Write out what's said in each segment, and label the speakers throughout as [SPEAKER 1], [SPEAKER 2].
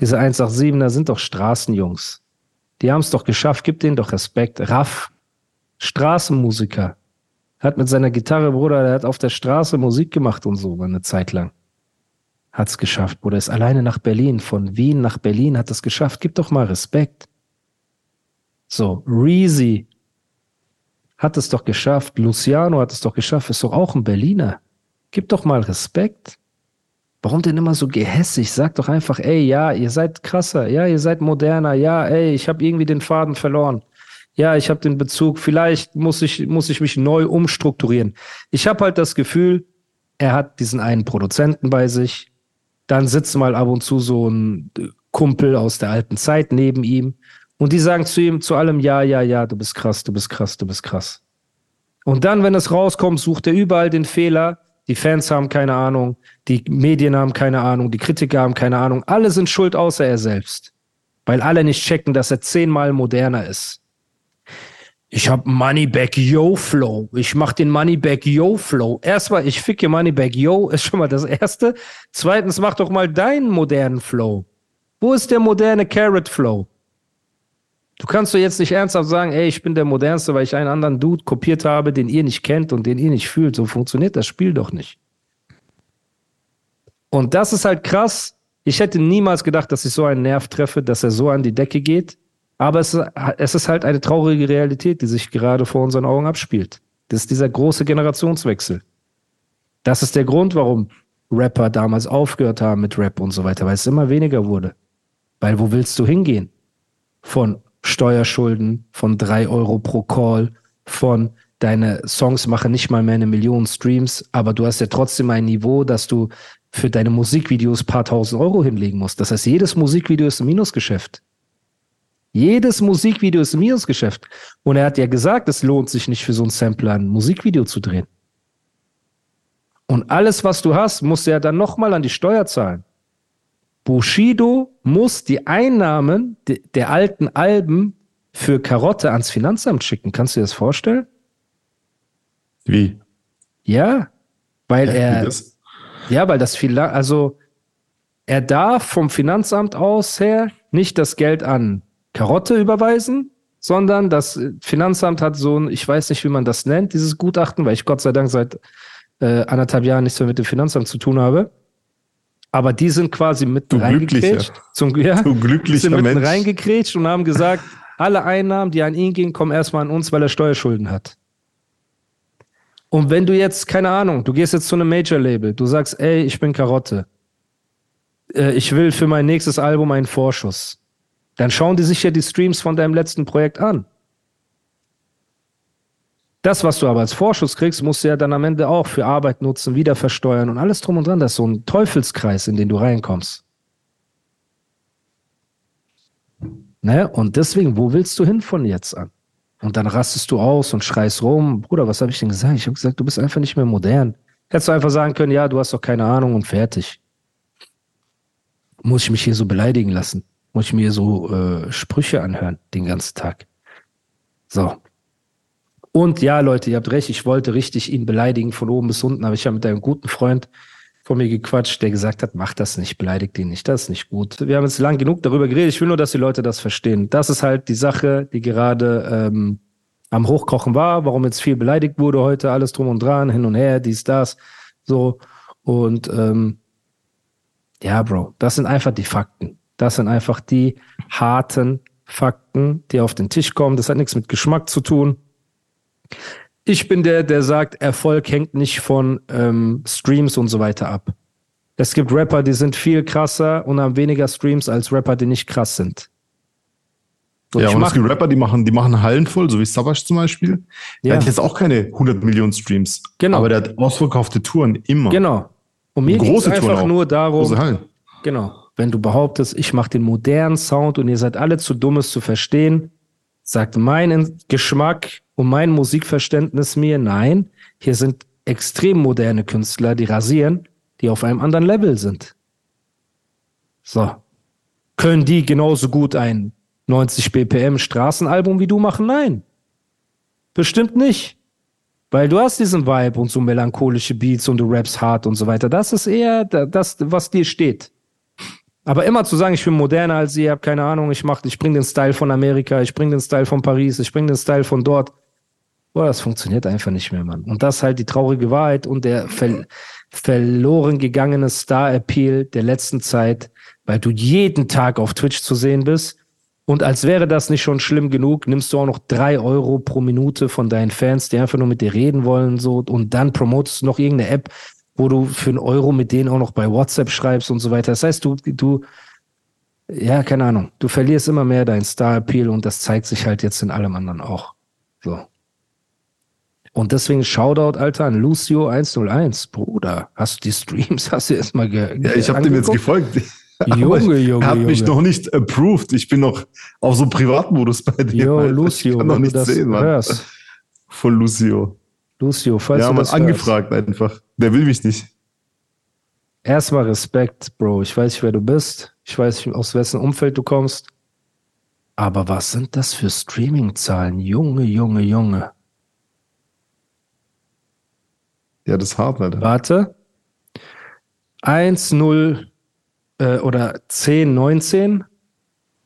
[SPEAKER 1] Diese 187er sind doch Straßenjungs. Die haben es doch geschafft, gib denen doch Respekt. Raff, Straßenmusiker. Hat mit seiner Gitarre, Bruder, der hat auf der Straße Musik gemacht und so, eine Zeit lang. Hat's geschafft, Bruder. Ist alleine nach Berlin, von Wien nach Berlin hat es geschafft. Gib doch mal Respekt. So, Reezy hat es doch geschafft. Luciano hat es doch geschafft. Ist doch auch ein Berliner. Gib doch mal Respekt. Warum denn immer so gehässig? Sag doch einfach, ey, ja, ihr seid krasser, ja, ihr seid moderner, ja, ey, ich habe irgendwie den Faden verloren. Ja, ich habe den Bezug, vielleicht muss ich, muss ich mich neu umstrukturieren. Ich habe halt das Gefühl, er hat diesen einen Produzenten bei sich, dann sitzt mal ab und zu so ein Kumpel aus der alten Zeit neben ihm und die sagen zu ihm zu allem, ja, ja, ja, du bist krass, du bist krass, du bist krass. Und dann, wenn es rauskommt, sucht er überall den Fehler, die Fans haben keine Ahnung, die Medien haben keine Ahnung, die Kritiker haben keine Ahnung. Alle sind schuld, außer er selbst. Weil alle nicht checken, dass er zehnmal moderner ist. Ich hab Moneyback Yo Flow. Ich mach den Moneyback Yo Flow. Erstmal, ich ficke Moneyback Yo, ist schon mal das Erste. Zweitens, mach doch mal deinen modernen Flow. Wo ist der moderne Carrot Flow? Du kannst doch jetzt nicht ernsthaft sagen, ey, ich bin der Modernste, weil ich einen anderen Dude kopiert habe, den ihr nicht kennt und den ihr nicht fühlt. So funktioniert das Spiel doch nicht. Und das ist halt krass. Ich hätte niemals gedacht, dass ich so einen Nerv treffe, dass er so an die Decke geht. Aber es, es ist halt eine traurige Realität, die sich gerade vor unseren Augen abspielt. Das ist dieser große Generationswechsel. Das ist der Grund, warum Rapper damals aufgehört haben mit Rap und so weiter, weil es immer weniger wurde. Weil wo willst du hingehen? Von Steuerschulden von 3 Euro pro Call, von deine Songs machen nicht mal mehr eine Million Streams, aber du hast ja trotzdem ein Niveau, dass du für deine Musikvideos paar tausend Euro hinlegen musst. Das heißt, jedes Musikvideo ist ein Minusgeschäft. Jedes Musikvideo ist ein Minusgeschäft. Und er hat ja gesagt, es lohnt sich nicht für so einen Sampler ein Musikvideo zu drehen. Und alles, was du hast, musst du ja dann nochmal an die Steuer zahlen. Bushido muss die Einnahmen de, der alten Alben für Karotte ans Finanzamt schicken. Kannst du dir das vorstellen?
[SPEAKER 2] Wie?
[SPEAKER 1] Ja, weil ja, er. Ja, weil das viel, also er darf vom Finanzamt aus her nicht das Geld an Karotte überweisen, sondern das Finanzamt hat so ein, ich weiß nicht, wie man das nennt, dieses Gutachten, weil ich Gott sei Dank seit äh, anderthalb Jahren nichts mehr mit dem Finanzamt zu tun habe aber die sind quasi mit reingekrätscht. Zum, ja,
[SPEAKER 2] du glücklicher
[SPEAKER 1] sind
[SPEAKER 2] Mensch.
[SPEAKER 1] reingekrätscht und haben gesagt, alle Einnahmen, die an ihn gehen, kommen erstmal an uns, weil er Steuerschulden hat. Und wenn du jetzt, keine Ahnung, du gehst jetzt zu einem Major-Label, du sagst, ey, ich bin Karotte. Äh, ich will für mein nächstes Album einen Vorschuss. Dann schauen die sich ja die Streams von deinem letzten Projekt an. Das, was du aber als Vorschuss kriegst, musst du ja dann am Ende auch für Arbeit nutzen, wieder versteuern und alles drum und dran. Das ist so ein Teufelskreis, in den du reinkommst. Ne? Und deswegen, wo willst du hin von jetzt an? Und dann rastest du aus und schreist rum, Bruder, was habe ich denn gesagt? Ich habe gesagt, du bist einfach nicht mehr modern. Hättest du einfach sagen können, ja, du hast doch keine Ahnung und fertig. Muss ich mich hier so beleidigen lassen? Muss ich mir so äh, Sprüche anhören den ganzen Tag? So, und ja, Leute, ihr habt recht, ich wollte richtig ihn beleidigen von oben bis unten, aber ich habe mit einem guten Freund von mir gequatscht, der gesagt hat, mach das nicht, beleidigt ihn nicht, das ist nicht gut. Wir haben jetzt lang genug darüber geredet, ich will nur, dass die Leute das verstehen. Das ist halt die Sache, die gerade ähm, am Hochkochen war, warum jetzt viel beleidigt wurde heute, alles drum und dran, hin und her, dies, das, so. Und ähm, ja, Bro, das sind einfach die Fakten. Das sind einfach die harten Fakten, die auf den Tisch kommen. Das hat nichts mit Geschmack zu tun. Ich bin der, der sagt, Erfolg hängt nicht von ähm, Streams und so weiter ab. Es gibt Rapper, die sind viel krasser und haben weniger Streams als Rapper, die nicht krass sind.
[SPEAKER 2] So, ja, und mach, es gibt Rapper, die machen, die machen Hallen voll, so wie Savage zum Beispiel. Der
[SPEAKER 1] Ja.
[SPEAKER 2] hat jetzt auch keine 100 Millionen Streams.
[SPEAKER 1] Genau.
[SPEAKER 2] Aber der hat ausverkaufte Touren immer.
[SPEAKER 1] Genau. Und mir geht es
[SPEAKER 2] Große Touren
[SPEAKER 1] einfach
[SPEAKER 2] auch.
[SPEAKER 1] nur darum,
[SPEAKER 2] Große Hallen.
[SPEAKER 1] genau, wenn du behauptest, ich mache den modernen Sound und ihr seid alle zu dumm, es zu verstehen, sagt mein Geschmack und mein Musikverständnis mir, nein, hier sind extrem moderne Künstler, die rasieren, die auf einem anderen Level sind. So. Können die genauso gut ein 90 BPM Straßenalbum wie du machen? Nein. Bestimmt nicht. Weil du hast diesen Vibe und so melancholische Beats und du raps hart und so weiter. Das ist eher da- das, was dir steht. Aber immer zu sagen, ich bin moderner als ihr, hab keine Ahnung, ich mach, ich bring den Style von Amerika, ich bring den Style von Paris, ich bring den Style von dort. Boah, das funktioniert einfach nicht mehr, Mann. Und das ist halt die traurige Wahrheit und der ver verloren gegangene Star-Appeal der letzten Zeit, weil du jeden Tag auf Twitch zu sehen bist. Und als wäre das nicht schon schlimm genug, nimmst du auch noch drei Euro pro Minute von deinen Fans, die einfach nur mit dir reden wollen, so. Und dann promotest du noch irgendeine App, wo du für einen Euro mit denen auch noch bei WhatsApp schreibst und so weiter. Das heißt, du, du, ja, keine Ahnung, du verlierst immer mehr deinen Star-Appeal und das zeigt sich halt jetzt in allem anderen auch. So. Und deswegen Shoutout, Alter, an Lucio101. Bruder, hast du die Streams, hast du erstmal ge
[SPEAKER 2] Ja, ich habe dem jetzt gefolgt.
[SPEAKER 1] Junge, Junge, Junge.
[SPEAKER 2] Er hat mich noch nicht approved. Ich bin noch auf so Privatmodus bei dir.
[SPEAKER 1] Jo, Lucio,
[SPEAKER 2] ich kann noch
[SPEAKER 1] wenn du
[SPEAKER 2] nicht
[SPEAKER 1] das
[SPEAKER 2] sehen, Mann.
[SPEAKER 1] hörst.
[SPEAKER 2] Voll Lucio.
[SPEAKER 1] Lucio, falls
[SPEAKER 2] ja,
[SPEAKER 1] du
[SPEAKER 2] man
[SPEAKER 1] das hörst.
[SPEAKER 2] angefragt einfach. Der will mich nicht.
[SPEAKER 1] Erstmal Respekt, Bro. Ich weiß nicht, wer du bist. Ich weiß nicht, aus wessen Umfeld du kommst. Aber was sind das für Streaming-Zahlen? Junge, Junge, Junge.
[SPEAKER 2] Ja, das ist hart, Alter.
[SPEAKER 1] Warte. 1-0 äh, oder 10-19.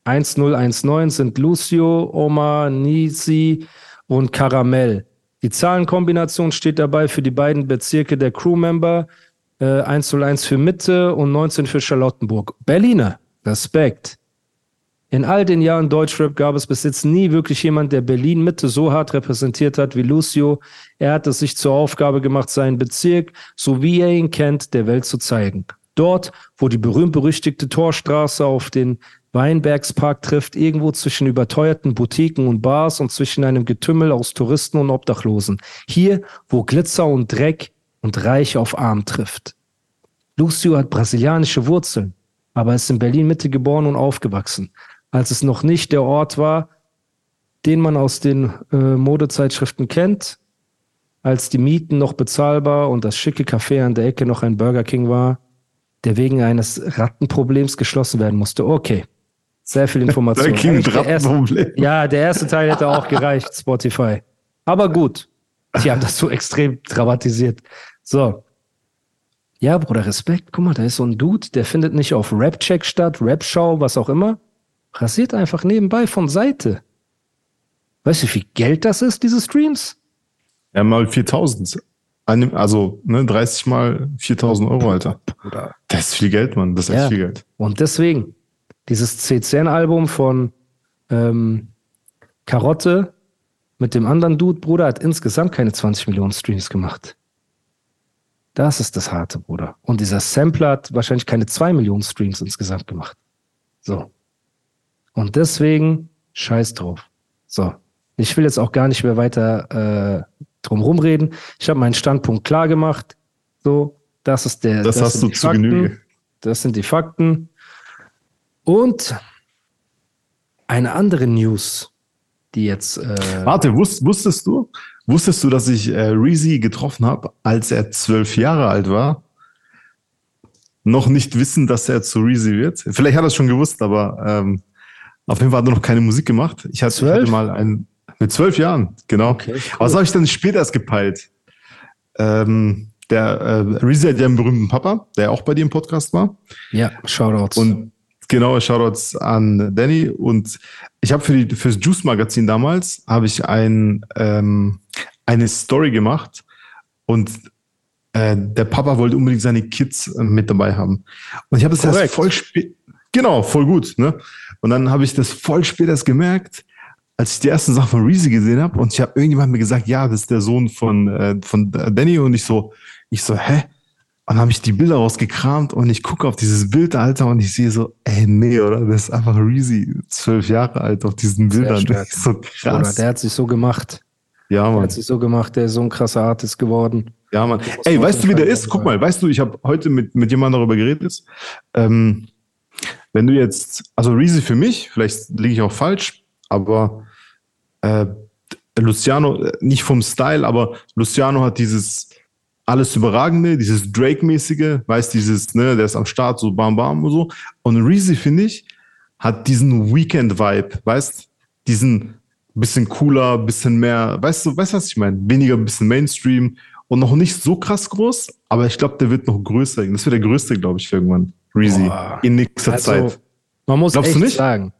[SPEAKER 1] 1-0-1-9 sind Lucio, Omar, Nisi und Karamell. Die Zahlenkombination steht dabei für die beiden Bezirke der Crewmember. Äh, 1-0-1 für Mitte und 19 für Charlottenburg. Berliner, Respekt. In all den Jahren Deutschrap gab es bis jetzt nie wirklich jemand, der Berlin Mitte so hart repräsentiert hat wie Lucio. Er hat es sich zur Aufgabe gemacht, seinen Bezirk, so wie er ihn kennt, der Welt zu zeigen. Dort, wo die berühmt-berüchtigte Torstraße auf den Weinbergspark trifft, irgendwo zwischen überteuerten Boutiquen und Bars und zwischen einem Getümmel aus Touristen und Obdachlosen. Hier, wo Glitzer und Dreck und Reich auf Arm trifft. Lucio hat brasilianische Wurzeln, aber ist in Berlin Mitte geboren und aufgewachsen, als es noch nicht der Ort war, den man aus den äh, Modezeitschriften kennt, als die Mieten noch bezahlbar und das schicke Café an der Ecke noch ein Burger King war, der wegen eines Rattenproblems geschlossen werden musste. Okay. Sehr viel Information.
[SPEAKER 2] Burger King mit
[SPEAKER 1] Eigentlich der erste-
[SPEAKER 2] Rattenproblem.
[SPEAKER 1] Ja, der erste Teil hätte auch gereicht, Spotify. Aber gut. Die haben das so extrem dramatisiert. So. Ja, Bruder, Respekt. Guck mal, da ist so ein Dude, der findet nicht auf Rap-Check statt, Rap-Show, was auch immer. Rasiert einfach nebenbei von Seite. Weißt du, wie viel Geld das ist, diese Streams?
[SPEAKER 2] Ja, mal 4000. An dem- Also, ne, 30 mal 4000 Euro, Alter.
[SPEAKER 1] Bruder.
[SPEAKER 2] Das ist viel Geld, Mann. Das ist
[SPEAKER 1] Ja.
[SPEAKER 2] echt viel Geld.
[SPEAKER 1] Und deswegen, dieses CCN-Album von ähm, Karotte mit dem anderen Dude, Bruder, hat insgesamt keine 20 Millionen Streams gemacht. Das ist das Harte, Bruder. Und dieser Sampler hat wahrscheinlich keine 2 Millionen Streams insgesamt gemacht. So. Und deswegen, scheiß drauf. So. Ich will jetzt auch gar nicht mehr weiter äh, drumrum reden. Ich habe meinen Standpunkt klar gemacht. So, das ist der.
[SPEAKER 2] Das, hast
[SPEAKER 1] sind
[SPEAKER 2] du
[SPEAKER 1] die
[SPEAKER 2] zu
[SPEAKER 1] Fakten.
[SPEAKER 2] Genüge.
[SPEAKER 1] Das sind die Fakten. Und eine andere News, die jetzt. Äh,
[SPEAKER 2] Warte, wusst, wusstest du, wusstest du, dass ich äh, Reezy getroffen habe, als er zwölf Jahre alt war? Noch nicht wissen, dass er zu Reezy wird. Vielleicht hat er es schon gewusst, aber ähm, auf jeden Fall hat er noch keine Musik gemacht. Ich hatte, ich
[SPEAKER 1] Zwölf?
[SPEAKER 2] hatte mal einen mit zwölf Jahren, genau.
[SPEAKER 1] Okay, cool.
[SPEAKER 2] Was habe ich dann später erst gepeilt? Ähm, der äh, Reezy hat ja einen berühmten Papa, der auch bei dir im Podcast war.
[SPEAKER 1] ja, Shoutouts.
[SPEAKER 2] Und genau, Shoutouts an Danny. Und ich habe für die fürs Juice Magazin damals habe ich ein, ähm, eine Story gemacht und äh, der Papa wollte unbedingt seine Kids äh, mit dabei haben. Und ich habe das erst
[SPEAKER 1] Korrekt.
[SPEAKER 2] voll spät. Genau, voll gut. Ne? Und dann habe ich das voll spät erst gemerkt, als ich die ersten Sachen von Reezy gesehen habe. Und ich habe irgendjemand mir gesagt, ja, das ist der Sohn von, äh, von Danny. Und ich so, ich so, hä? Und dann habe ich die Bilder rausgekramt und ich gucke auf dieses Bild, Alter, und ich sehe so, ey, nee, oder? Das ist einfach Reezy, zwölf Jahre alt, auf diesen Bildern.
[SPEAKER 1] stark.
[SPEAKER 2] Das ist so
[SPEAKER 1] Bruder,
[SPEAKER 2] krass.
[SPEAKER 1] der hat sich so gemacht.
[SPEAKER 2] ja,
[SPEAKER 1] Der
[SPEAKER 2] Mann.
[SPEAKER 1] hat sich so gemacht, der ist so ein krasser Artist geworden.
[SPEAKER 2] Ja, Mann.
[SPEAKER 1] muss
[SPEAKER 2] Ey,
[SPEAKER 1] man
[SPEAKER 2] weißt
[SPEAKER 1] auf
[SPEAKER 2] du, wie
[SPEAKER 1] jeden
[SPEAKER 2] der
[SPEAKER 1] Fall
[SPEAKER 2] ist? Guck
[SPEAKER 1] sagen.
[SPEAKER 2] mal, weißt du, ich habe heute mit, mit jemandem darüber geredet. Ähm, wenn du jetzt, also Reezy für mich, vielleicht liege ich auch falsch, aber äh, Luciano, äh, nicht vom Style, aber Luciano hat dieses alles Überragende, dieses Drake-mäßige, weißt dieses, ne, der ist am Start, so bam, bam und so. Und Reezy, finde ich, hat diesen Weekend-Vibe, weißt diesen bisschen cooler, bisschen mehr, weißt du, weißt du, was ich meine? Weniger ein bisschen Mainstream und noch nicht so krass groß, aber ich glaube, der wird noch größer. Das wird der größte, glaube ich, irgendwann. Reezy,
[SPEAKER 1] Boah.
[SPEAKER 2] in nächster
[SPEAKER 1] Also,
[SPEAKER 2] Zeit.
[SPEAKER 1] Man muss
[SPEAKER 2] Glaubst
[SPEAKER 1] echt
[SPEAKER 2] du nicht?
[SPEAKER 1] sagen,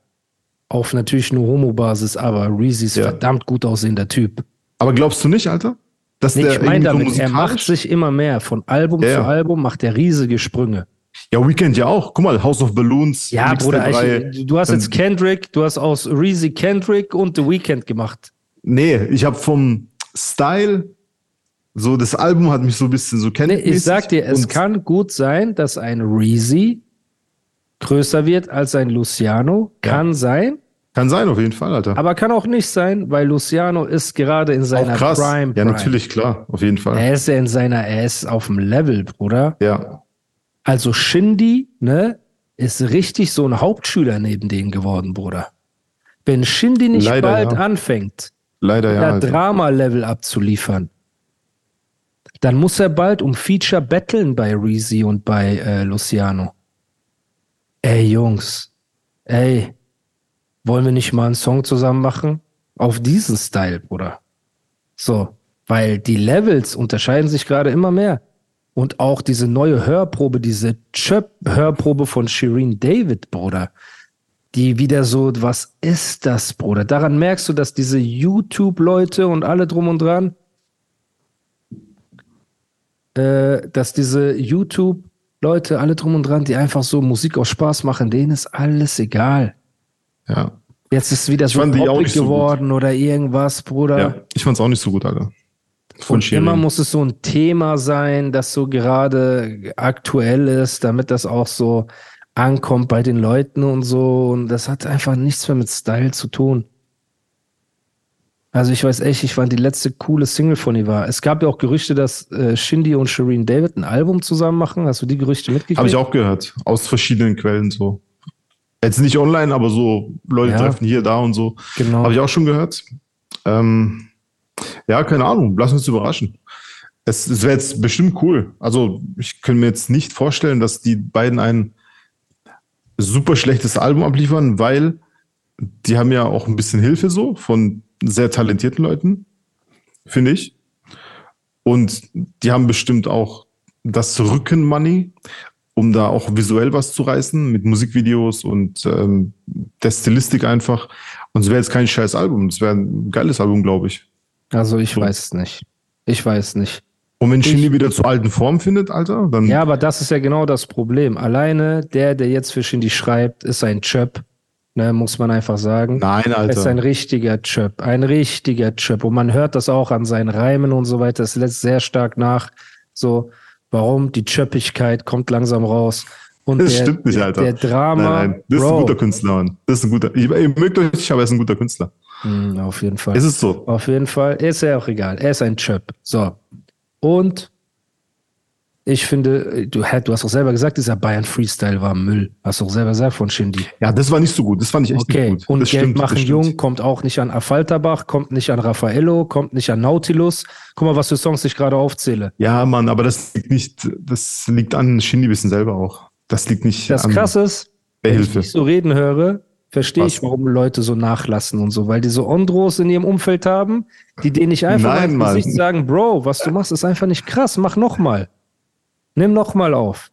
[SPEAKER 1] auf natürlich nur Homo-Basis, aber Reezy ist
[SPEAKER 2] Ja.
[SPEAKER 1] verdammt gut aussehender Typ.
[SPEAKER 2] Aber glaubst du nicht, Alter? Dass
[SPEAKER 1] Nee,
[SPEAKER 2] der
[SPEAKER 1] ich meine
[SPEAKER 2] irgendwie
[SPEAKER 1] damit, er macht
[SPEAKER 2] musikalisch-
[SPEAKER 1] sich immer mehr. Von Album
[SPEAKER 2] Ja,
[SPEAKER 1] zu
[SPEAKER 2] ja.
[SPEAKER 1] Album macht er riesige Sprünge.
[SPEAKER 2] Ja, Weekend ja auch. Guck mal, House of Balloons. Ähm,
[SPEAKER 1] Ja,
[SPEAKER 2] nächste
[SPEAKER 1] Bruder,
[SPEAKER 2] Reihe.
[SPEAKER 1] ich, du hast
[SPEAKER 2] Dann-
[SPEAKER 1] jetzt Kendrick, du hast aus Reezy Kendrick und The Weeknd gemacht.
[SPEAKER 2] Nee, ich habe vom Style, so das Album hat mich so ein bisschen so
[SPEAKER 1] Nee,
[SPEAKER 2] kennengelernt.
[SPEAKER 1] ich sag dir, es kann gut sein, dass ein Reezy größer wird als ein Luciano.
[SPEAKER 2] Ja.
[SPEAKER 1] Kann sein,
[SPEAKER 2] Kann sein, auf jeden Fall, Alter.
[SPEAKER 1] aber kann auch nicht sein, weil Luciano ist gerade in seiner
[SPEAKER 2] auch krass.
[SPEAKER 1] Prime.
[SPEAKER 2] ja,
[SPEAKER 1] Prime.
[SPEAKER 2] natürlich, klar, auf jeden Fall.
[SPEAKER 1] Er ist ja in seiner, er ist auf dem Level, Bruder.
[SPEAKER 2] Ja.
[SPEAKER 1] Also Shindy, ne, ist richtig so ein Hauptschüler neben denen geworden, Bruder. Wenn Shindy nicht
[SPEAKER 2] Leider,
[SPEAKER 1] bald
[SPEAKER 2] ja.
[SPEAKER 1] anfängt,
[SPEAKER 2] Leider ja. halt.
[SPEAKER 1] da
[SPEAKER 2] Alter.
[SPEAKER 1] Drama-Level abzuliefern, dann muss er bald um Feature betteln bei Reezy und bei äh, Luciano. Ey, Jungs, ey, wollen wir nicht mal einen Song zusammen machen? Auf diesen Style, Bruder. So, weil die Levels unterscheiden sich gerade immer mehr. Und auch diese neue Hörprobe, diese Chöp-Hörprobe von Shireen David, Bruder, die wieder so, was ist das, Bruder? Daran merkst du, dass diese YouTube-Leute und alle drum und dran, äh, dass diese YouTube-Leute, alle drum und dran, die einfach so Musik aus Spaß machen, denen ist alles egal.
[SPEAKER 2] ja.
[SPEAKER 1] Jetzt ist wieder so
[SPEAKER 2] fand die auch
[SPEAKER 1] poppig
[SPEAKER 2] nicht so gut.
[SPEAKER 1] geworden oder irgendwas, Bruder.
[SPEAKER 2] ja. Ich fand's auch nicht so gut, Alter. Von
[SPEAKER 1] Und immer
[SPEAKER 2] Shirin.
[SPEAKER 1] muss es so ein Thema sein, das so gerade aktuell ist, damit das auch so ankommt bei den Leuten und so. Und das hat einfach nichts mehr mit Style zu tun. Also ich weiß echt, ich fand die letzte coole Single von ihr war. Es gab ja auch Gerüchte, dass äh, Shindy und Shireen David ein Album zusammen machen. Hast du die Gerüchte mitgekriegt?
[SPEAKER 2] Habe ich auch gehört. Aus verschiedenen Quellen so. Jetzt nicht online, aber so Leute
[SPEAKER 1] Ja.
[SPEAKER 2] treffen hier, da und so.
[SPEAKER 1] Genau.
[SPEAKER 2] Habe ich auch schon gehört. Ähm, ja, keine Ahnung. Lass uns überraschen. Es, es wäre jetzt bestimmt cool. Also, ich könnte mir jetzt nicht vorstellen, dass die beiden ein super schlechtes Album abliefern, weil die haben ja auch ein bisschen Hilfe so von sehr talentierten Leuten, finde ich. Und die haben bestimmt auch das Rückenmoney, um da auch visuell was zu reißen mit Musikvideos und ähm, der Stilistik einfach. Und es wäre jetzt kein scheiß Album, es wäre ein geiles Album, glaube ich.
[SPEAKER 1] also ich weiß es nicht. Ich weiß es nicht.
[SPEAKER 2] Und wenn Shindy wieder zur alten Form findet, Alter, dann
[SPEAKER 1] Ja, aber das ist ja genau das Problem. Alleine der, der jetzt für Shindy schreibt, ist ein Chöp. Ne, muss man einfach sagen.
[SPEAKER 2] nein,
[SPEAKER 1] Er ist ein
[SPEAKER 2] Alter.
[SPEAKER 1] richtiger Chöp, ein richtiger Chöp. Und man hört das auch an seinen Reimen und so weiter. Es lässt sehr stark nach. So, warum die Chöppigkeit kommt langsam raus. Und
[SPEAKER 2] Das
[SPEAKER 1] der,
[SPEAKER 2] stimmt nicht, Alter.
[SPEAKER 1] der Drama.
[SPEAKER 2] Nein, nein, das ist ein
[SPEAKER 1] Bro.
[SPEAKER 2] guter Künstler, Mann. Das ist ein guter. Ich, ihr mögt euch nicht, aber er ist ein guter Künstler.
[SPEAKER 1] Hm, auf jeden Fall.
[SPEAKER 2] Es ist so.
[SPEAKER 1] Auf jeden Fall. Ist ja auch egal. Er ist ein Chöp. So. Und ich finde, äh, du, hä, du hast auch selber gesagt, dieser Bayern Freestyle war Müll. Hast du auch selber gesagt von Shindy.
[SPEAKER 2] Ja, das war nicht so gut. Das fand ich echt
[SPEAKER 1] Okay,
[SPEAKER 2] nicht gut.
[SPEAKER 1] und
[SPEAKER 2] das
[SPEAKER 1] Geld
[SPEAKER 2] stimmt, das
[SPEAKER 1] machen
[SPEAKER 2] stimmt.
[SPEAKER 1] jung kommt auch nicht an Affalterbach, kommt nicht an Raffaello, kommt nicht an Nautilus. Guck mal, was für Songs ich gerade aufzähle.
[SPEAKER 2] Ja, Mann, aber das liegt nicht, das liegt an Shindy bisschen selber auch. Das liegt nicht
[SPEAKER 1] Das
[SPEAKER 2] an
[SPEAKER 1] Krasse ist,
[SPEAKER 2] der
[SPEAKER 1] wenn ich
[SPEAKER 2] Hilfe.
[SPEAKER 1] dich so reden höre, verstehe ich,
[SPEAKER 2] Was?
[SPEAKER 1] warum Leute so nachlassen und so, weil die so Ondros in ihrem Umfeld haben, die denen nicht einfach
[SPEAKER 2] Nein,
[SPEAKER 1] mal ins
[SPEAKER 2] Mann.
[SPEAKER 1] Gesicht sagen, Bro, was du machst, ist einfach nicht krass, mach nochmal. Nimm nochmal auf.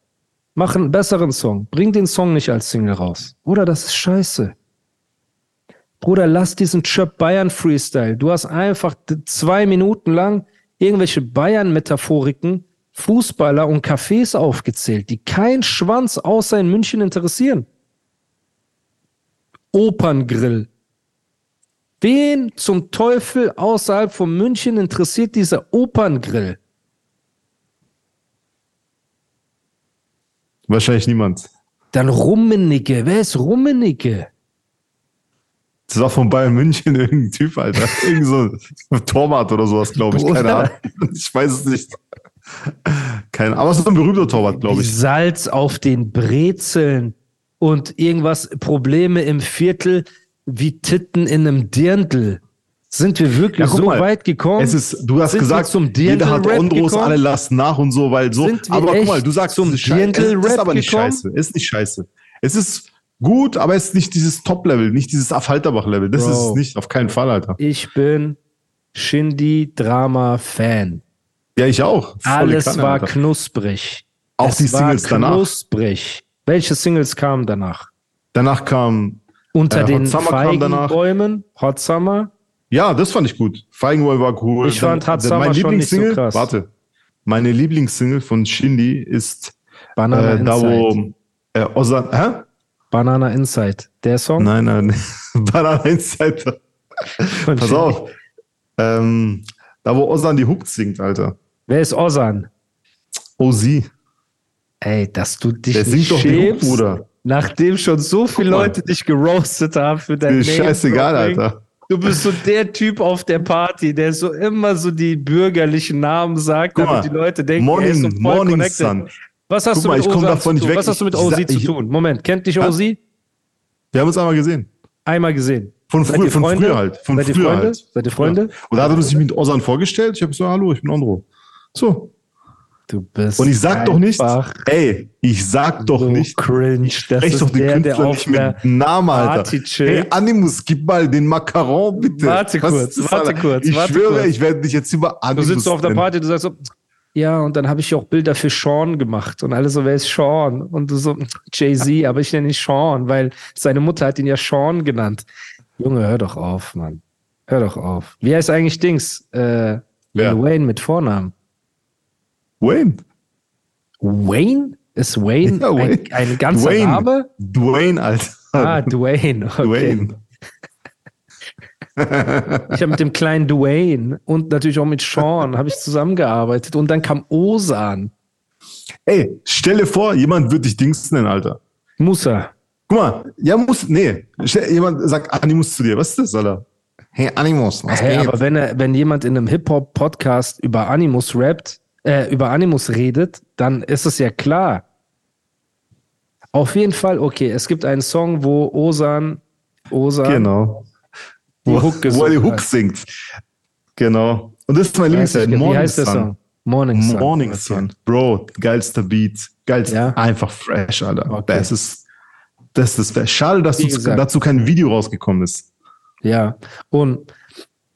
[SPEAKER 1] Mach einen besseren Song. Bring den Song nicht als Single raus. Bruder, das ist scheiße. Bruder, lass diesen Chöp Bayern Freestyle. Du hast einfach d- zwei Minuten lang irgendwelche Bayern-Metaphoriken, Fußballer und Cafés aufgezählt, die kein Schwanz außer in München interessieren. Operngrill. Wen zum Teufel außerhalb von München interessiert dieser Operngrill?
[SPEAKER 2] Wahrscheinlich niemand.
[SPEAKER 1] Dann Rummenigge. Wer ist Rummenigge?
[SPEAKER 2] Das war von Bayern München irgendein Typ, Alter. Irgend so ein Torwart oder sowas, glaube ich. Keine Ahnung.
[SPEAKER 1] Bruder.
[SPEAKER 2] Ich weiß es nicht. Keine Ahnung. Aber es ist ein berühmter Torwart, glaube
[SPEAKER 1] Die
[SPEAKER 2] ich.
[SPEAKER 1] Salz auf den Brezeln und irgendwas Probleme im Viertel wie Titten in einem Dirndl. Sind wir wirklich
[SPEAKER 2] Ja, guck
[SPEAKER 1] so
[SPEAKER 2] mal,
[SPEAKER 1] weit gekommen?
[SPEAKER 2] Es ist, du hast
[SPEAKER 1] Sind wir
[SPEAKER 2] gesagt,
[SPEAKER 1] zum
[SPEAKER 2] jeder hat
[SPEAKER 1] Dirndl-Rap
[SPEAKER 2] Ondros,
[SPEAKER 1] gekommen?
[SPEAKER 2] alle lassen nach und so, weil so.
[SPEAKER 1] Sind wir
[SPEAKER 2] aber guck mal,
[SPEAKER 1] echt
[SPEAKER 2] du sagst,
[SPEAKER 1] zum
[SPEAKER 2] es ist, scheiße. es
[SPEAKER 1] Dirndl-Rap
[SPEAKER 2] ist aber nicht
[SPEAKER 1] gekommen?
[SPEAKER 2] scheiße. Es ist nicht scheiße. Es ist gut, aber es ist nicht dieses Top-Level, nicht dieses Affalterbach-Level. Das
[SPEAKER 1] Bro.
[SPEAKER 2] ist es nicht, auf keinen Fall, Alter.
[SPEAKER 1] Ich bin Shindy Drama Fan.
[SPEAKER 2] Ja, ich auch. Volle
[SPEAKER 1] Alles
[SPEAKER 2] Kanne,
[SPEAKER 1] war
[SPEAKER 2] Alter.
[SPEAKER 1] knusprig.
[SPEAKER 2] Auch
[SPEAKER 1] es
[SPEAKER 2] die Singles
[SPEAKER 1] war
[SPEAKER 2] danach.
[SPEAKER 1] knusprig. Welche Singles kamen danach?
[SPEAKER 2] Danach kam,
[SPEAKER 1] Unter
[SPEAKER 2] Äh, Hot
[SPEAKER 1] den
[SPEAKER 2] Summer kam danach.
[SPEAKER 1] Feigenbäumen, Hot Summer.
[SPEAKER 2] ja, das fand ich gut. Feigenboy war cool.
[SPEAKER 1] Ich fand Hot Summer schon nicht so
[SPEAKER 2] Lieblingssingle-
[SPEAKER 1] krass.
[SPEAKER 2] Warte, meine Lieblingssingle von Shindy ist
[SPEAKER 1] Banana
[SPEAKER 2] äh, da,
[SPEAKER 1] Inside.
[SPEAKER 2] wo äh, Ozan, hä?
[SPEAKER 1] Banana Inside. Der Song?
[SPEAKER 2] Nein, nein, Banana Insider.
[SPEAKER 1] von
[SPEAKER 2] Pass
[SPEAKER 1] Shindy.
[SPEAKER 2] auf. Ähm, da, wo Ozan die Hook singt, Alter.
[SPEAKER 1] Wer ist Ozan?
[SPEAKER 2] Oh, sie.
[SPEAKER 1] Ey, dass du dich
[SPEAKER 2] Der singt
[SPEAKER 1] nicht
[SPEAKER 2] doch die Hook,
[SPEAKER 1] schämst,
[SPEAKER 2] Bruder.
[SPEAKER 1] nachdem schon so viele
[SPEAKER 2] mal.
[SPEAKER 1] Leute dich geroastet haben für dein
[SPEAKER 2] Mir
[SPEAKER 1] Name.
[SPEAKER 2] ist scheißegal, Alter.
[SPEAKER 1] Du bist so der Typ auf der Party, der so immer so die bürgerlichen Namen sagt,
[SPEAKER 2] Guck
[SPEAKER 1] damit
[SPEAKER 2] mal,
[SPEAKER 1] die Leute denken, er ist so voll
[SPEAKER 2] Morning, Morning
[SPEAKER 1] connected.
[SPEAKER 2] Sun.
[SPEAKER 1] Was hast
[SPEAKER 2] Guck
[SPEAKER 1] du
[SPEAKER 2] mal,
[SPEAKER 1] mit
[SPEAKER 2] ich komm
[SPEAKER 1] Ozan
[SPEAKER 2] davon
[SPEAKER 1] zu
[SPEAKER 2] nicht
[SPEAKER 1] tun?
[SPEAKER 2] weg.
[SPEAKER 1] Was hast du mit
[SPEAKER 2] Ich
[SPEAKER 1] Ozi
[SPEAKER 2] sag-
[SPEAKER 1] zu
[SPEAKER 2] ich-
[SPEAKER 1] tun? Moment, kennt dich
[SPEAKER 2] Was?
[SPEAKER 1] Ozi?
[SPEAKER 2] Wir haben uns einmal gesehen.
[SPEAKER 1] Einmal gesehen.
[SPEAKER 2] Von,
[SPEAKER 1] Seid
[SPEAKER 2] früher,
[SPEAKER 1] ihr
[SPEAKER 2] von
[SPEAKER 1] Freunde?
[SPEAKER 2] früher halt. Von
[SPEAKER 1] Seid ihr
[SPEAKER 2] früher
[SPEAKER 1] Freunde?
[SPEAKER 2] Halt.
[SPEAKER 1] Seid ihr Freunde?
[SPEAKER 2] Ja. Und da hat er sich mit Ozan vorgestellt. Ich habe so, hallo, ich bin Andro. So.
[SPEAKER 1] Du bist
[SPEAKER 2] Und ich sag doch nicht,
[SPEAKER 1] einfach
[SPEAKER 2] ey, ich sag doch
[SPEAKER 1] so
[SPEAKER 2] nicht,
[SPEAKER 1] cringe. Das
[SPEAKER 2] sprech
[SPEAKER 1] ist
[SPEAKER 2] doch den
[SPEAKER 1] der, der
[SPEAKER 2] Künstler
[SPEAKER 1] auf
[SPEAKER 2] nicht mit
[SPEAKER 1] einer-
[SPEAKER 2] Namen, Alter.
[SPEAKER 1] Party chillt.
[SPEAKER 2] Hey, Animus, gib mal den Macaron, bitte.
[SPEAKER 1] Warte
[SPEAKER 2] Was
[SPEAKER 1] kurz,
[SPEAKER 2] ist das,
[SPEAKER 1] warte
[SPEAKER 2] Alter?
[SPEAKER 1] kurz,
[SPEAKER 2] Ich
[SPEAKER 1] warte
[SPEAKER 2] schwöre,
[SPEAKER 1] kurz.
[SPEAKER 2] ich werde dich jetzt über
[SPEAKER 1] Du
[SPEAKER 2] Animus
[SPEAKER 1] sitzt so auf der
[SPEAKER 2] nennen.
[SPEAKER 1] Party, du sagst so, ja, und dann habe ich auch Bilder für Sean gemacht. Und alle so, wer ist Sean? Und du so, Jay-Z, aber ich nenne ihn Sean, weil seine Mutter hat ihn ja Sean genannt. Junge, hör doch auf, Mann. Hör doch auf. Wie heißt eigentlich Dings? Äh,
[SPEAKER 2] Wer?
[SPEAKER 1] Lil Wayne mit Vornamen.
[SPEAKER 2] Wayne.
[SPEAKER 1] Wayne? Ist Wayne,
[SPEAKER 2] Ja, Wayne.
[SPEAKER 1] Ein, ein ganzer
[SPEAKER 2] Dwayne.
[SPEAKER 1] Name?
[SPEAKER 2] Dwayne, Alter.
[SPEAKER 1] Ah, Dwayne. Okay.
[SPEAKER 2] Dwayne.
[SPEAKER 1] Ich habe mit dem kleinen Dwayne und natürlich auch mit Sean habe ich zusammengearbeitet. Und dann kam Osan.
[SPEAKER 2] Ey, stelle vor, jemand wird dich Dings nennen, Alter.
[SPEAKER 1] Musa.
[SPEAKER 2] Guck mal, ja, muss, nee. Stell, jemand sagt Animus zu dir. Was ist das, Alter? Hey, Animus, was
[SPEAKER 1] Hä,
[SPEAKER 2] geht?
[SPEAKER 1] aber wenn, er, wenn jemand in einem Hip-Hop-Podcast über Animus rappt, äh, über Animus redet, dann ist es ja klar. Auf jeden Fall, okay, es gibt einen Song, wo Osan, Osan
[SPEAKER 2] Genau.
[SPEAKER 1] die Hook
[SPEAKER 2] Wo, wo er
[SPEAKER 1] gesungen
[SPEAKER 2] die Hook
[SPEAKER 1] hat.
[SPEAKER 2] singt. Genau. Und das ist mein
[SPEAKER 1] Weiß ich
[SPEAKER 2] Lieblingszeit.
[SPEAKER 1] nicht, Wie
[SPEAKER 2] Morning
[SPEAKER 1] heißt der
[SPEAKER 2] Sun.
[SPEAKER 1] Song? Morning Sun.
[SPEAKER 2] Morning Sun. Bro, geilster Beat. Geilst,
[SPEAKER 1] Ja?
[SPEAKER 2] einfach fresh, Alter.
[SPEAKER 1] Okay.
[SPEAKER 2] Das ist, das ist das. Schade, dass
[SPEAKER 1] Wie
[SPEAKER 2] uns
[SPEAKER 1] gesagt.
[SPEAKER 2] dazu kein Video rausgekommen ist.
[SPEAKER 1] Ja, und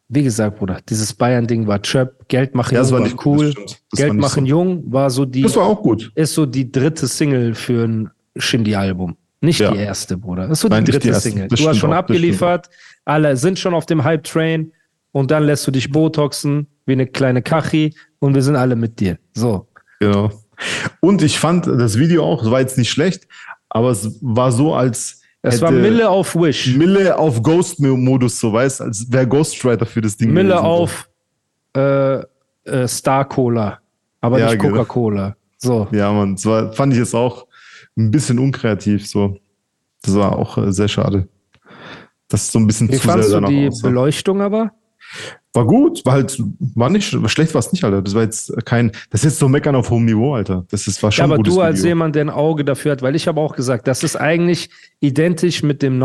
[SPEAKER 1] wie gesagt, Bruder, dieses Bayern-Ding war Trap, Geld machen
[SPEAKER 2] Ja, das
[SPEAKER 1] jung
[SPEAKER 2] war
[SPEAKER 1] war,
[SPEAKER 2] nicht gut, das
[SPEAKER 1] cool,
[SPEAKER 2] stimmt. Das war
[SPEAKER 1] Geld
[SPEAKER 2] nicht
[SPEAKER 1] machen
[SPEAKER 2] so.
[SPEAKER 1] jung war so die
[SPEAKER 2] Das war auch gut.
[SPEAKER 1] ist so die dritte Single für ein Shindy-Album. Nicht
[SPEAKER 2] Ja.
[SPEAKER 1] die erste, Bruder. Ist so
[SPEAKER 2] Nein,
[SPEAKER 1] die
[SPEAKER 2] nicht die
[SPEAKER 1] dritte
[SPEAKER 2] erste.
[SPEAKER 1] Single.
[SPEAKER 2] Das
[SPEAKER 1] Du hast
[SPEAKER 2] stimmt
[SPEAKER 1] schon
[SPEAKER 2] auch, das
[SPEAKER 1] abgeliefert, alle sind schon auf dem Hype-Train und dann lässt du dich botoxen wie eine kleine Kachi und wir sind alle mit dir. So.
[SPEAKER 2] Genau. Und ich fand das Video auch, es war jetzt nicht schlecht, aber es war so, als
[SPEAKER 1] Es war
[SPEAKER 2] hätte
[SPEAKER 1] Mille auf Wish,
[SPEAKER 2] Mille auf Ghost-Modus, so weißt als wäre Ghostwriter für das Ding.
[SPEAKER 1] Mille
[SPEAKER 2] gewesen, so.
[SPEAKER 1] auf äh, äh, Star Cola, aber
[SPEAKER 2] Ja,
[SPEAKER 1] nicht
[SPEAKER 2] genau.
[SPEAKER 1] Coca-Cola. So.
[SPEAKER 2] Ja, man, das war, fand ich jetzt auch ein bisschen unkreativ, so. Das war auch äh, sehr schade. Das ist so ein bisschen
[SPEAKER 1] Wie
[SPEAKER 2] zu sehr
[SPEAKER 1] fandst du
[SPEAKER 2] danach
[SPEAKER 1] die
[SPEAKER 2] aussah.
[SPEAKER 1] Beleuchtung aber?
[SPEAKER 2] War gut, war halt, war nicht, schlecht war es nicht, Alter. Das war jetzt kein, das ist jetzt so meckern auf hohem Niveau, Alter. Das ist, war schon
[SPEAKER 1] Ja, aber
[SPEAKER 2] ein gutes
[SPEAKER 1] du als
[SPEAKER 2] Video.
[SPEAKER 1] jemand, der ein Auge dafür hat, weil ich habe auch gesagt, das ist eigentlich identisch mit dem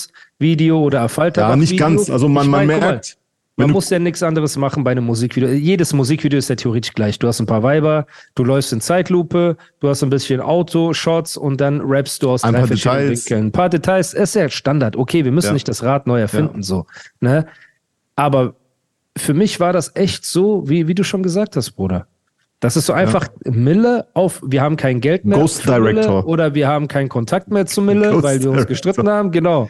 [SPEAKER 1] Nautilus-Video oder Falterbach-Video.
[SPEAKER 2] Ja, nicht ganz. Also man,
[SPEAKER 1] Ich
[SPEAKER 2] man
[SPEAKER 1] mein, guck mal,
[SPEAKER 2] merkt, wenn
[SPEAKER 1] Man
[SPEAKER 2] du-
[SPEAKER 1] muss ja nichts anderes machen bei einem Musikvideo. Jedes Musikvideo ist ja theoretisch gleich. Du hast ein paar Weiber, du läufst in Zeitlupe, du hast ein bisschen Auto-Shots und dann rappst du aus
[SPEAKER 2] Ein
[SPEAKER 1] drei
[SPEAKER 2] paar
[SPEAKER 1] verschiedenen
[SPEAKER 2] Details.
[SPEAKER 1] Winkeln. Ein paar Details, ist ja Standard. Okay, wir müssen
[SPEAKER 2] Ja.
[SPEAKER 1] nicht das Rad neu erfinden, so. Ne? Aber für mich war das echt so, wie, wie du schon gesagt hast, Bruder. Das ist so einfach Mille auf, wir haben kein Geld mehr.
[SPEAKER 2] Ghost
[SPEAKER 1] für Mille
[SPEAKER 2] Director.
[SPEAKER 1] Oder wir haben keinen Kontakt mehr zu Mille,
[SPEAKER 2] Ghost
[SPEAKER 1] weil wir uns
[SPEAKER 2] Director.
[SPEAKER 1] gestritten haben. Genau.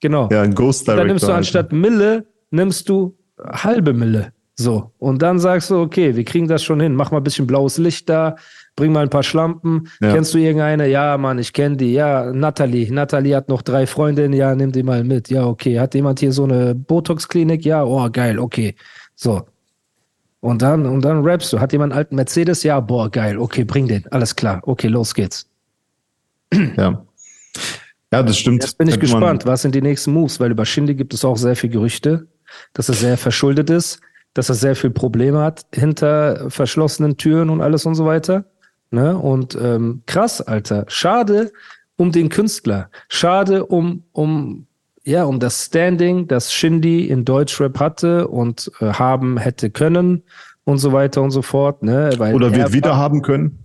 [SPEAKER 1] Genau.
[SPEAKER 2] ja, ein Ghost Director.
[SPEAKER 1] Dann nimmst du
[SPEAKER 2] Alter.
[SPEAKER 1] anstatt Mille, nimmst du halbe Mille. So. Und dann sagst du, okay, wir kriegen das schon hin. Mach mal ein bisschen blaues Licht da, bring mal ein paar Schlampen.
[SPEAKER 2] Ja.
[SPEAKER 1] Kennst du irgendeine? Ja, Mann, ich kenne die. Ja, Natalie. Natalie hat noch drei Freundinnen. Ja, nimm die mal mit. Ja, okay. Hat jemand hier so eine Botox-Klinik? Ja, oh, geil, okay. So. Und dann, und dann rappst du. Hat jemand einen alten Mercedes? Ja, boah, geil. Okay, bring den. Alles klar. Okay, los geht's.
[SPEAKER 2] halt, Ja. ja, das stimmt.
[SPEAKER 1] Jetzt bin ich
[SPEAKER 2] Hätte man-
[SPEAKER 1] gespannt, was sind die nächsten Moves, weil über Shindy gibt es auch sehr viel Gerüchte, dass er sehr verschuldet ist, dass er sehr viel Probleme hat hinter verschlossenen Türen und alles und so weiter. Ne? Und ähm, krass, Alter. Schade um den Künstler. Schade um, um, ja, um das Standing, das Shindy in Deutschrap hatte und äh, haben hätte können und so weiter und so fort. Ne? Weil
[SPEAKER 2] Oder
[SPEAKER 1] er
[SPEAKER 2] wird wieder haben können.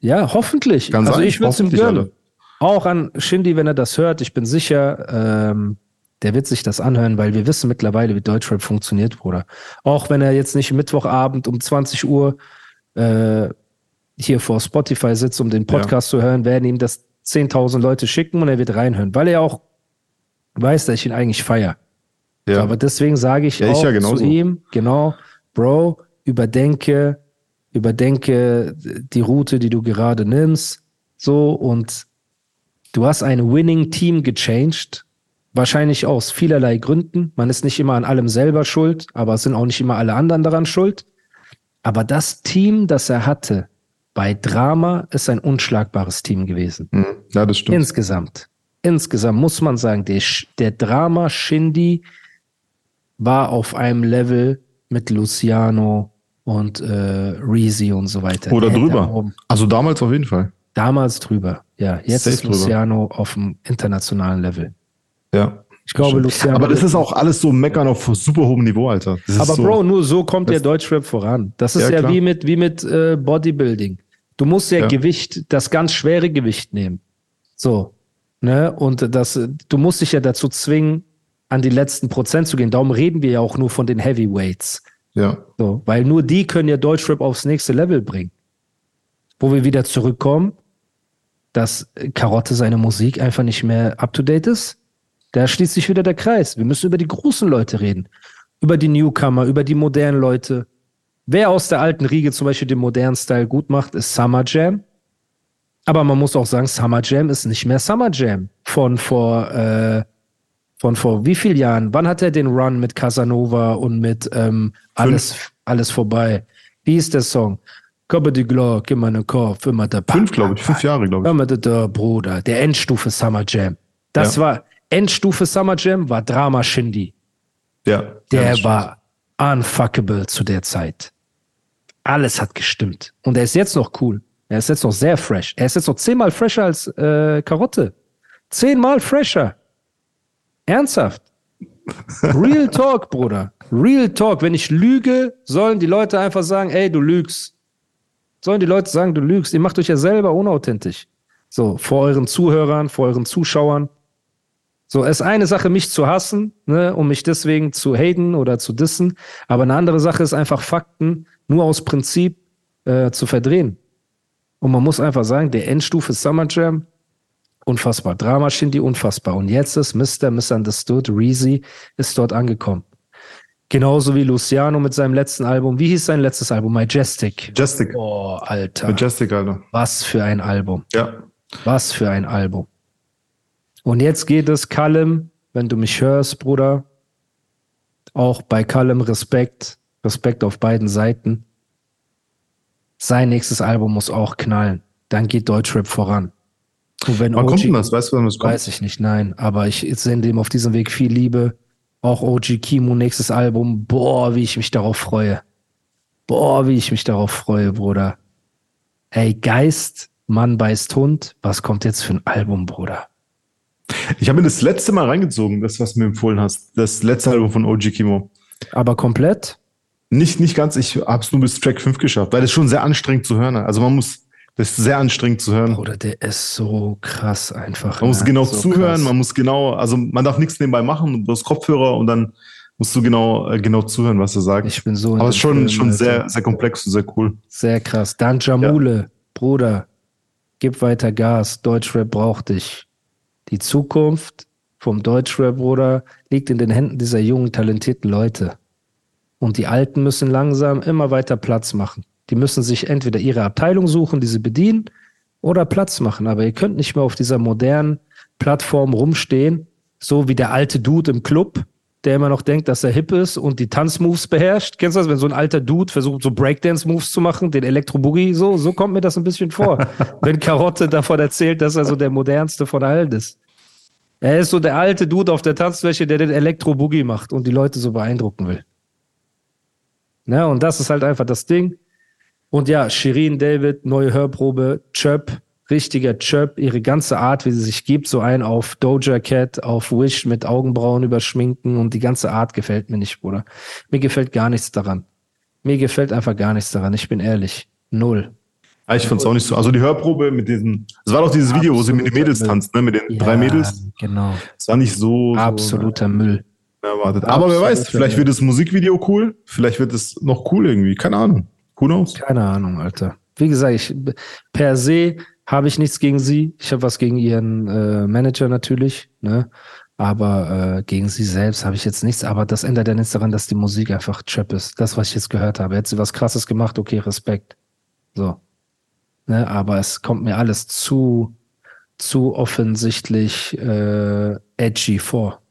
[SPEAKER 1] ja, hoffentlich.
[SPEAKER 2] Kann
[SPEAKER 1] also
[SPEAKER 2] sein,
[SPEAKER 1] ich würde es ihm
[SPEAKER 2] hoffentlich,
[SPEAKER 1] gönnen.
[SPEAKER 2] Alter.
[SPEAKER 1] Auch an Shindy, wenn er das hört, ich bin sicher, ähm, der wird sich das anhören, weil wir wissen mittlerweile, wie Deutschrap funktioniert, Bruder. Auch wenn er jetzt nicht Mittwochabend um 20 Uhr äh, hier vor Spotify sitzt, um den Podcast zu hören, werden ihm das 10.000 Leute schicken und er wird reinhören, weil er auch weiß, dass ich ihn eigentlich feier.
[SPEAKER 2] Ja.
[SPEAKER 1] Aber deswegen sage ich
[SPEAKER 2] Ja, ich
[SPEAKER 1] auch
[SPEAKER 2] ja genauso.
[SPEAKER 1] zu ihm, genau, Bro, überdenke, überdenke die Route, die du gerade nimmst, so und du hast ein Winning Team gechanged, wahrscheinlich aus vielerlei Gründen. Man ist nicht immer an allem selber schuld, aber es sind auch nicht immer alle anderen daran schuld. Aber das Team, das er hatte bei Drama, ist ein unschlagbares Team gewesen.
[SPEAKER 2] Mhm. ja, das stimmt.
[SPEAKER 1] Insgesamt. Insgesamt muss man sagen, der, Sch- der Drama Shindy war auf einem Level mit Luciano und äh, Reezy und so weiter.
[SPEAKER 2] Oder
[SPEAKER 1] Der hätte
[SPEAKER 2] drüber.
[SPEAKER 1] auch
[SPEAKER 2] Also damals auf jeden Fall.
[SPEAKER 1] Damals drüber. Ja, jetzt
[SPEAKER 2] Safe
[SPEAKER 1] ist Luciano auf dem internationalen Level.
[SPEAKER 2] Ja.
[SPEAKER 1] Ich glaube,
[SPEAKER 2] Stimmt.
[SPEAKER 1] Luciano.
[SPEAKER 2] aber das ist auch alles so meckern auf super hohem Niveau, Alter. Das ist
[SPEAKER 1] Aber
[SPEAKER 2] so,
[SPEAKER 1] Bro, nur so kommt der
[SPEAKER 2] Das-
[SPEAKER 1] Deutschrap voran. Das ist
[SPEAKER 2] Ja,
[SPEAKER 1] ja,
[SPEAKER 2] klar.
[SPEAKER 1] wie mit, wie mit äh, Bodybuilding. Du musst ja,
[SPEAKER 2] Ja.
[SPEAKER 1] Gewicht, das ganz schwere Gewicht nehmen. So. Ne? Und das, äh, du musst dich ja dazu zwingen, an die letzten Prozent zu gehen. Darum reden wir ja auch nur von den Heavyweights.
[SPEAKER 2] ja.
[SPEAKER 1] So, weil nur die können ja Deutschrap aufs nächste Level bringen. Wo wir wieder zurückkommen, dass Karotte seine Musik einfach nicht mehr up to date ist. Da schließt sich wieder der Kreis. Wir müssen über die großen Leute reden. Über die Newcomer, über die modernen Leute. Wer aus der alten Riege zum Beispiel den modernen Style gut macht, ist Summer Jam. Aber man muss auch sagen, Summer Jam ist nicht mehr Summer Jam. Von vor, äh, von vor wie vielen Jahren? Wann hat er den Run mit Casanova und mit ähm, alles, alles vorbei? Wie ist der Song? Koppe die Glock, immer ne Kopf, immer der
[SPEAKER 2] Fünf, glaube ich. Fünf Jahre, glaube ich.
[SPEAKER 1] Immer der, der Bruder, der Endstufe Summer Jam. Das
[SPEAKER 2] Ja.
[SPEAKER 1] war, Endstufe Summer Jam war Drama Shindy.
[SPEAKER 2] Ja.
[SPEAKER 1] Der
[SPEAKER 2] ja, das
[SPEAKER 1] war unfuckable zu der Zeit. Alles hat gestimmt. Und er ist jetzt noch cool. Er ist jetzt noch sehr fresh. Er ist jetzt noch zehnmal fresher als äh, Karotte. Zehnmal fresher. Ernsthaft. Real Talk, Bruder. Real Talk. Wenn ich lüge, sollen die Leute einfach sagen, ey, du lügst. Sollen die Leute sagen, du lügst. Ihr macht euch ja selber unauthentisch. So, vor euren Zuhörern, vor euren Zuschauern. So, es ist eine Sache, mich zu hassen ne, und mich deswegen zu haten oder zu dissen, aber eine andere Sache ist einfach Fakten nur aus Prinzip äh, zu verdrehen. Und man muss einfach sagen, der Endstufe Summer Jam, unfassbar. Drama Shindy, unfassbar. Und jetzt ist Mr. Misunderstood, Reezy, ist dort angekommen. Genauso wie Luciano mit seinem letzten Album. Wie hieß sein letztes Album? Majestic.
[SPEAKER 2] Majestic.
[SPEAKER 1] Oh, Alter.
[SPEAKER 2] Majestic, Alter.
[SPEAKER 1] Was für ein Album.
[SPEAKER 2] Ja.
[SPEAKER 1] Was für ein Album. Und jetzt geht es Callum, wenn du mich hörst, Bruder. Auch bei Callum Respekt. Respekt auf beiden Seiten. Sein nächstes Album muss auch knallen. Dann geht Deutschrap voran. Und wenn
[SPEAKER 2] Wann
[SPEAKER 1] OG
[SPEAKER 2] kommt denn das? Weißt du, wann das kommt?
[SPEAKER 1] Weiß ich nicht, nein. Aber ich sende ihm auf diesem Weg viel Liebe. Auch OG Kimo, nächstes Album. Boah, wie ich mich darauf freue. Boah, wie ich mich darauf freue, Bruder. Ey, Geist, Mann beißt Hund. Was kommt jetzt für ein Album, Bruder?
[SPEAKER 2] Ich habe mir das letzte Mal reingezogen, das, was du mir empfohlen hast. Das letzte Album von OG Kimo.
[SPEAKER 1] Aber komplett?
[SPEAKER 2] Nicht, nicht ganz, ich habe es nur bis Track 5 geschafft, weil das schon sehr anstrengend zu hören. Also man muss, das ist sehr anstrengend zu hören.
[SPEAKER 1] Bruder, der ist so krass einfach.
[SPEAKER 2] Man muss
[SPEAKER 1] ne?
[SPEAKER 2] genau
[SPEAKER 1] so
[SPEAKER 2] zuhören,
[SPEAKER 1] krass.
[SPEAKER 2] man muss genau, also man darf nichts nebenbei machen, du hast Kopfhörer und dann musst du genau, äh, genau zuhören, was er sagt.
[SPEAKER 1] Ich bin so. in
[SPEAKER 2] Aber
[SPEAKER 1] dem
[SPEAKER 2] es ist schon,
[SPEAKER 1] Film,
[SPEAKER 2] schon
[SPEAKER 1] Alter.
[SPEAKER 2] sehr, sehr komplex und sehr cool.
[SPEAKER 1] Sehr krass. Dan Jamule, Bruder, gib weiter Gas. Deutschrap braucht dich. Die Zukunft vom Deutschrap, Bruder, liegt in den Händen dieser jungen, talentierten Leute. Und die Alten müssen langsam immer weiter Platz machen. Die müssen sich entweder ihre Abteilung suchen, die sie bedienen, oder Platz machen. Aber ihr könnt nicht mehr auf dieser modernen Plattform rumstehen, so wie der alte Dude im Club, der immer noch denkt, dass er hip ist und die Tanzmoves beherrscht. Kennst du das, wenn so ein alter Dude versucht, so Breakdance-Moves zu machen, den Elektro-Boogie, so, so kommt mir das ein bisschen vor. wenn Karotte davon erzählt, dass er so der modernste von allen ist. Er ist so der alte Dude auf der Tanzfläche, der den Elektro-Boogie macht und die Leute so beeindrucken will. Na, und das ist halt einfach das Ding. Und ja, Shirin David, neue Hörprobe, Chöp, richtiger Chöp, ihre ganze Art, wie sie sich gibt, so ein auf Doja Cat, auf Wish mit Augenbrauen überschminken und die ganze Art gefällt mir nicht, Bruder. Mir gefällt gar nichts daran. Mir gefällt einfach gar nichts daran, ich bin ehrlich. Null.
[SPEAKER 2] Ah, Ich fand es auch nicht so. Also die Hörprobe mit diesen, es war doch dieses Video, wo sie mit den Mädels tanzt, ne? mit den drei Mädels.
[SPEAKER 1] Genau.
[SPEAKER 2] Es war nicht so, ne. so
[SPEAKER 1] Absoluter Müll.
[SPEAKER 2] erwartet. Aber wer
[SPEAKER 1] Absolut,
[SPEAKER 2] weiß, vielleicht
[SPEAKER 1] ja.
[SPEAKER 2] wird das Musikvideo cool, vielleicht wird es noch cool irgendwie, keine Ahnung. Who knows?
[SPEAKER 1] Keine Ahnung, Alter. Wie gesagt, ich, per se Habe ich nichts gegen sie. Ich habe was gegen ihren äh, Manager natürlich, ne? Aber äh, gegen sie selbst habe ich jetzt nichts. Aber das ändert ja nichts daran, dass die Musik einfach Trap ist. Das, was ich jetzt gehört habe. Hätte sie was krasses gemacht, okay, Respekt. So. Ne? Aber es kommt mir alles zu, zu offensichtlich äh, edgy vor.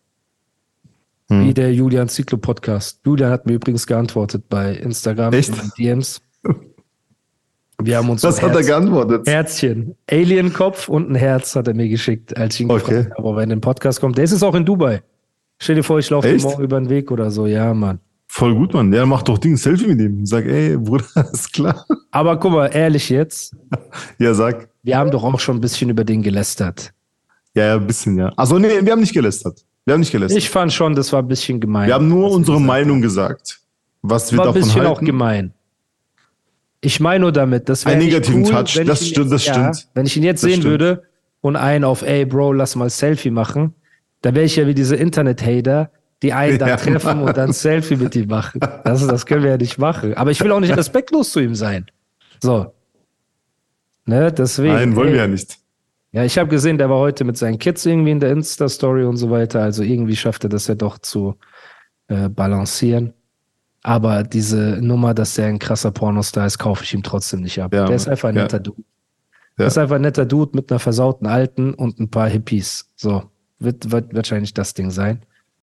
[SPEAKER 2] Hm.
[SPEAKER 1] Wie der Julian Ziklo Podcast. Julian hat mir übrigens geantwortet bei Instagram
[SPEAKER 2] Echt?
[SPEAKER 1] in den DMs. Wir haben uns
[SPEAKER 2] Das
[SPEAKER 1] so
[SPEAKER 2] hat er
[SPEAKER 1] Herz-
[SPEAKER 2] geantwortet.
[SPEAKER 1] Herzchen, Alien-Kopf und ein Herz hat er mir geschickt, als ich ihn
[SPEAKER 2] Okay.
[SPEAKER 1] gefragt habe, ob er in den Podcast kommt. Der ist jetzt auch in Dubai. Stell dir vor, ich laufe ihm
[SPEAKER 2] Echt?
[SPEAKER 1] morgen über den Weg oder so. Ja, Mann.
[SPEAKER 2] Voll gut, Mann. Ja, mach doch Ding, ein Selfie mit ihm. Sag, ey, Bruder, ist klar.
[SPEAKER 1] Aber guck mal, ehrlich jetzt,
[SPEAKER 2] Ja, sag.
[SPEAKER 1] wir haben doch auch schon ein bisschen über den gelästert.
[SPEAKER 2] Ja, ja, ein bisschen, ja. Also nee, wir haben nicht gelästert. Wir haben nicht gelästert.
[SPEAKER 1] Ich fand schon, das war ein bisschen gemein.
[SPEAKER 2] wir haben nur
[SPEAKER 1] was er
[SPEAKER 2] unsere
[SPEAKER 1] gesagt
[SPEAKER 2] Meinung gesagt. Was
[SPEAKER 1] hat.
[SPEAKER 2] wir
[SPEAKER 1] War ein
[SPEAKER 2] davon
[SPEAKER 1] bisschen auch
[SPEAKER 2] halten.
[SPEAKER 1] gemein. Ich meine nur damit, das wäre
[SPEAKER 2] Einen
[SPEAKER 1] nicht
[SPEAKER 2] negativen
[SPEAKER 1] cool,
[SPEAKER 2] Touch,
[SPEAKER 1] wenn
[SPEAKER 2] das
[SPEAKER 1] ich ihn
[SPEAKER 2] stimmt,
[SPEAKER 1] jetzt,
[SPEAKER 2] das
[SPEAKER 1] ja,
[SPEAKER 2] stimmt.
[SPEAKER 1] Wenn ich ihn jetzt
[SPEAKER 2] Das
[SPEAKER 1] sehen
[SPEAKER 2] stimmt.
[SPEAKER 1] würde und einen auf, ey Bro, lass mal Selfie machen, dann wäre ich ja wie diese Internet-Hater, die einen dann
[SPEAKER 2] Ja,
[SPEAKER 1] treffen und dann ein Selfie mit ihm machen. Das, ist- das können wir ja nicht machen. Aber ich will auch nicht respektlos zu ihm sein. So. Ne, deswegen.
[SPEAKER 2] Nein, wollen
[SPEAKER 1] ey.
[SPEAKER 2] wir ja nicht.
[SPEAKER 1] Ja, ich habe gesehen, der war heute mit seinen Kids irgendwie in der Insta-Story und so weiter. Also irgendwie schafft er das ja doch zu äh, balancieren. Aber diese Nummer, dass er ein krasser Pornostar ist, kaufe ich ihm trotzdem nicht ab.
[SPEAKER 2] Ja,
[SPEAKER 1] der ist
[SPEAKER 2] Mann.
[SPEAKER 1] einfach ein
[SPEAKER 2] Ja.
[SPEAKER 1] netter Dude.
[SPEAKER 2] Ja.
[SPEAKER 1] Der ist einfach ein netter Dude mit einer versauten Alten und ein paar Hippies. So, wird, wird wahrscheinlich das Ding sein.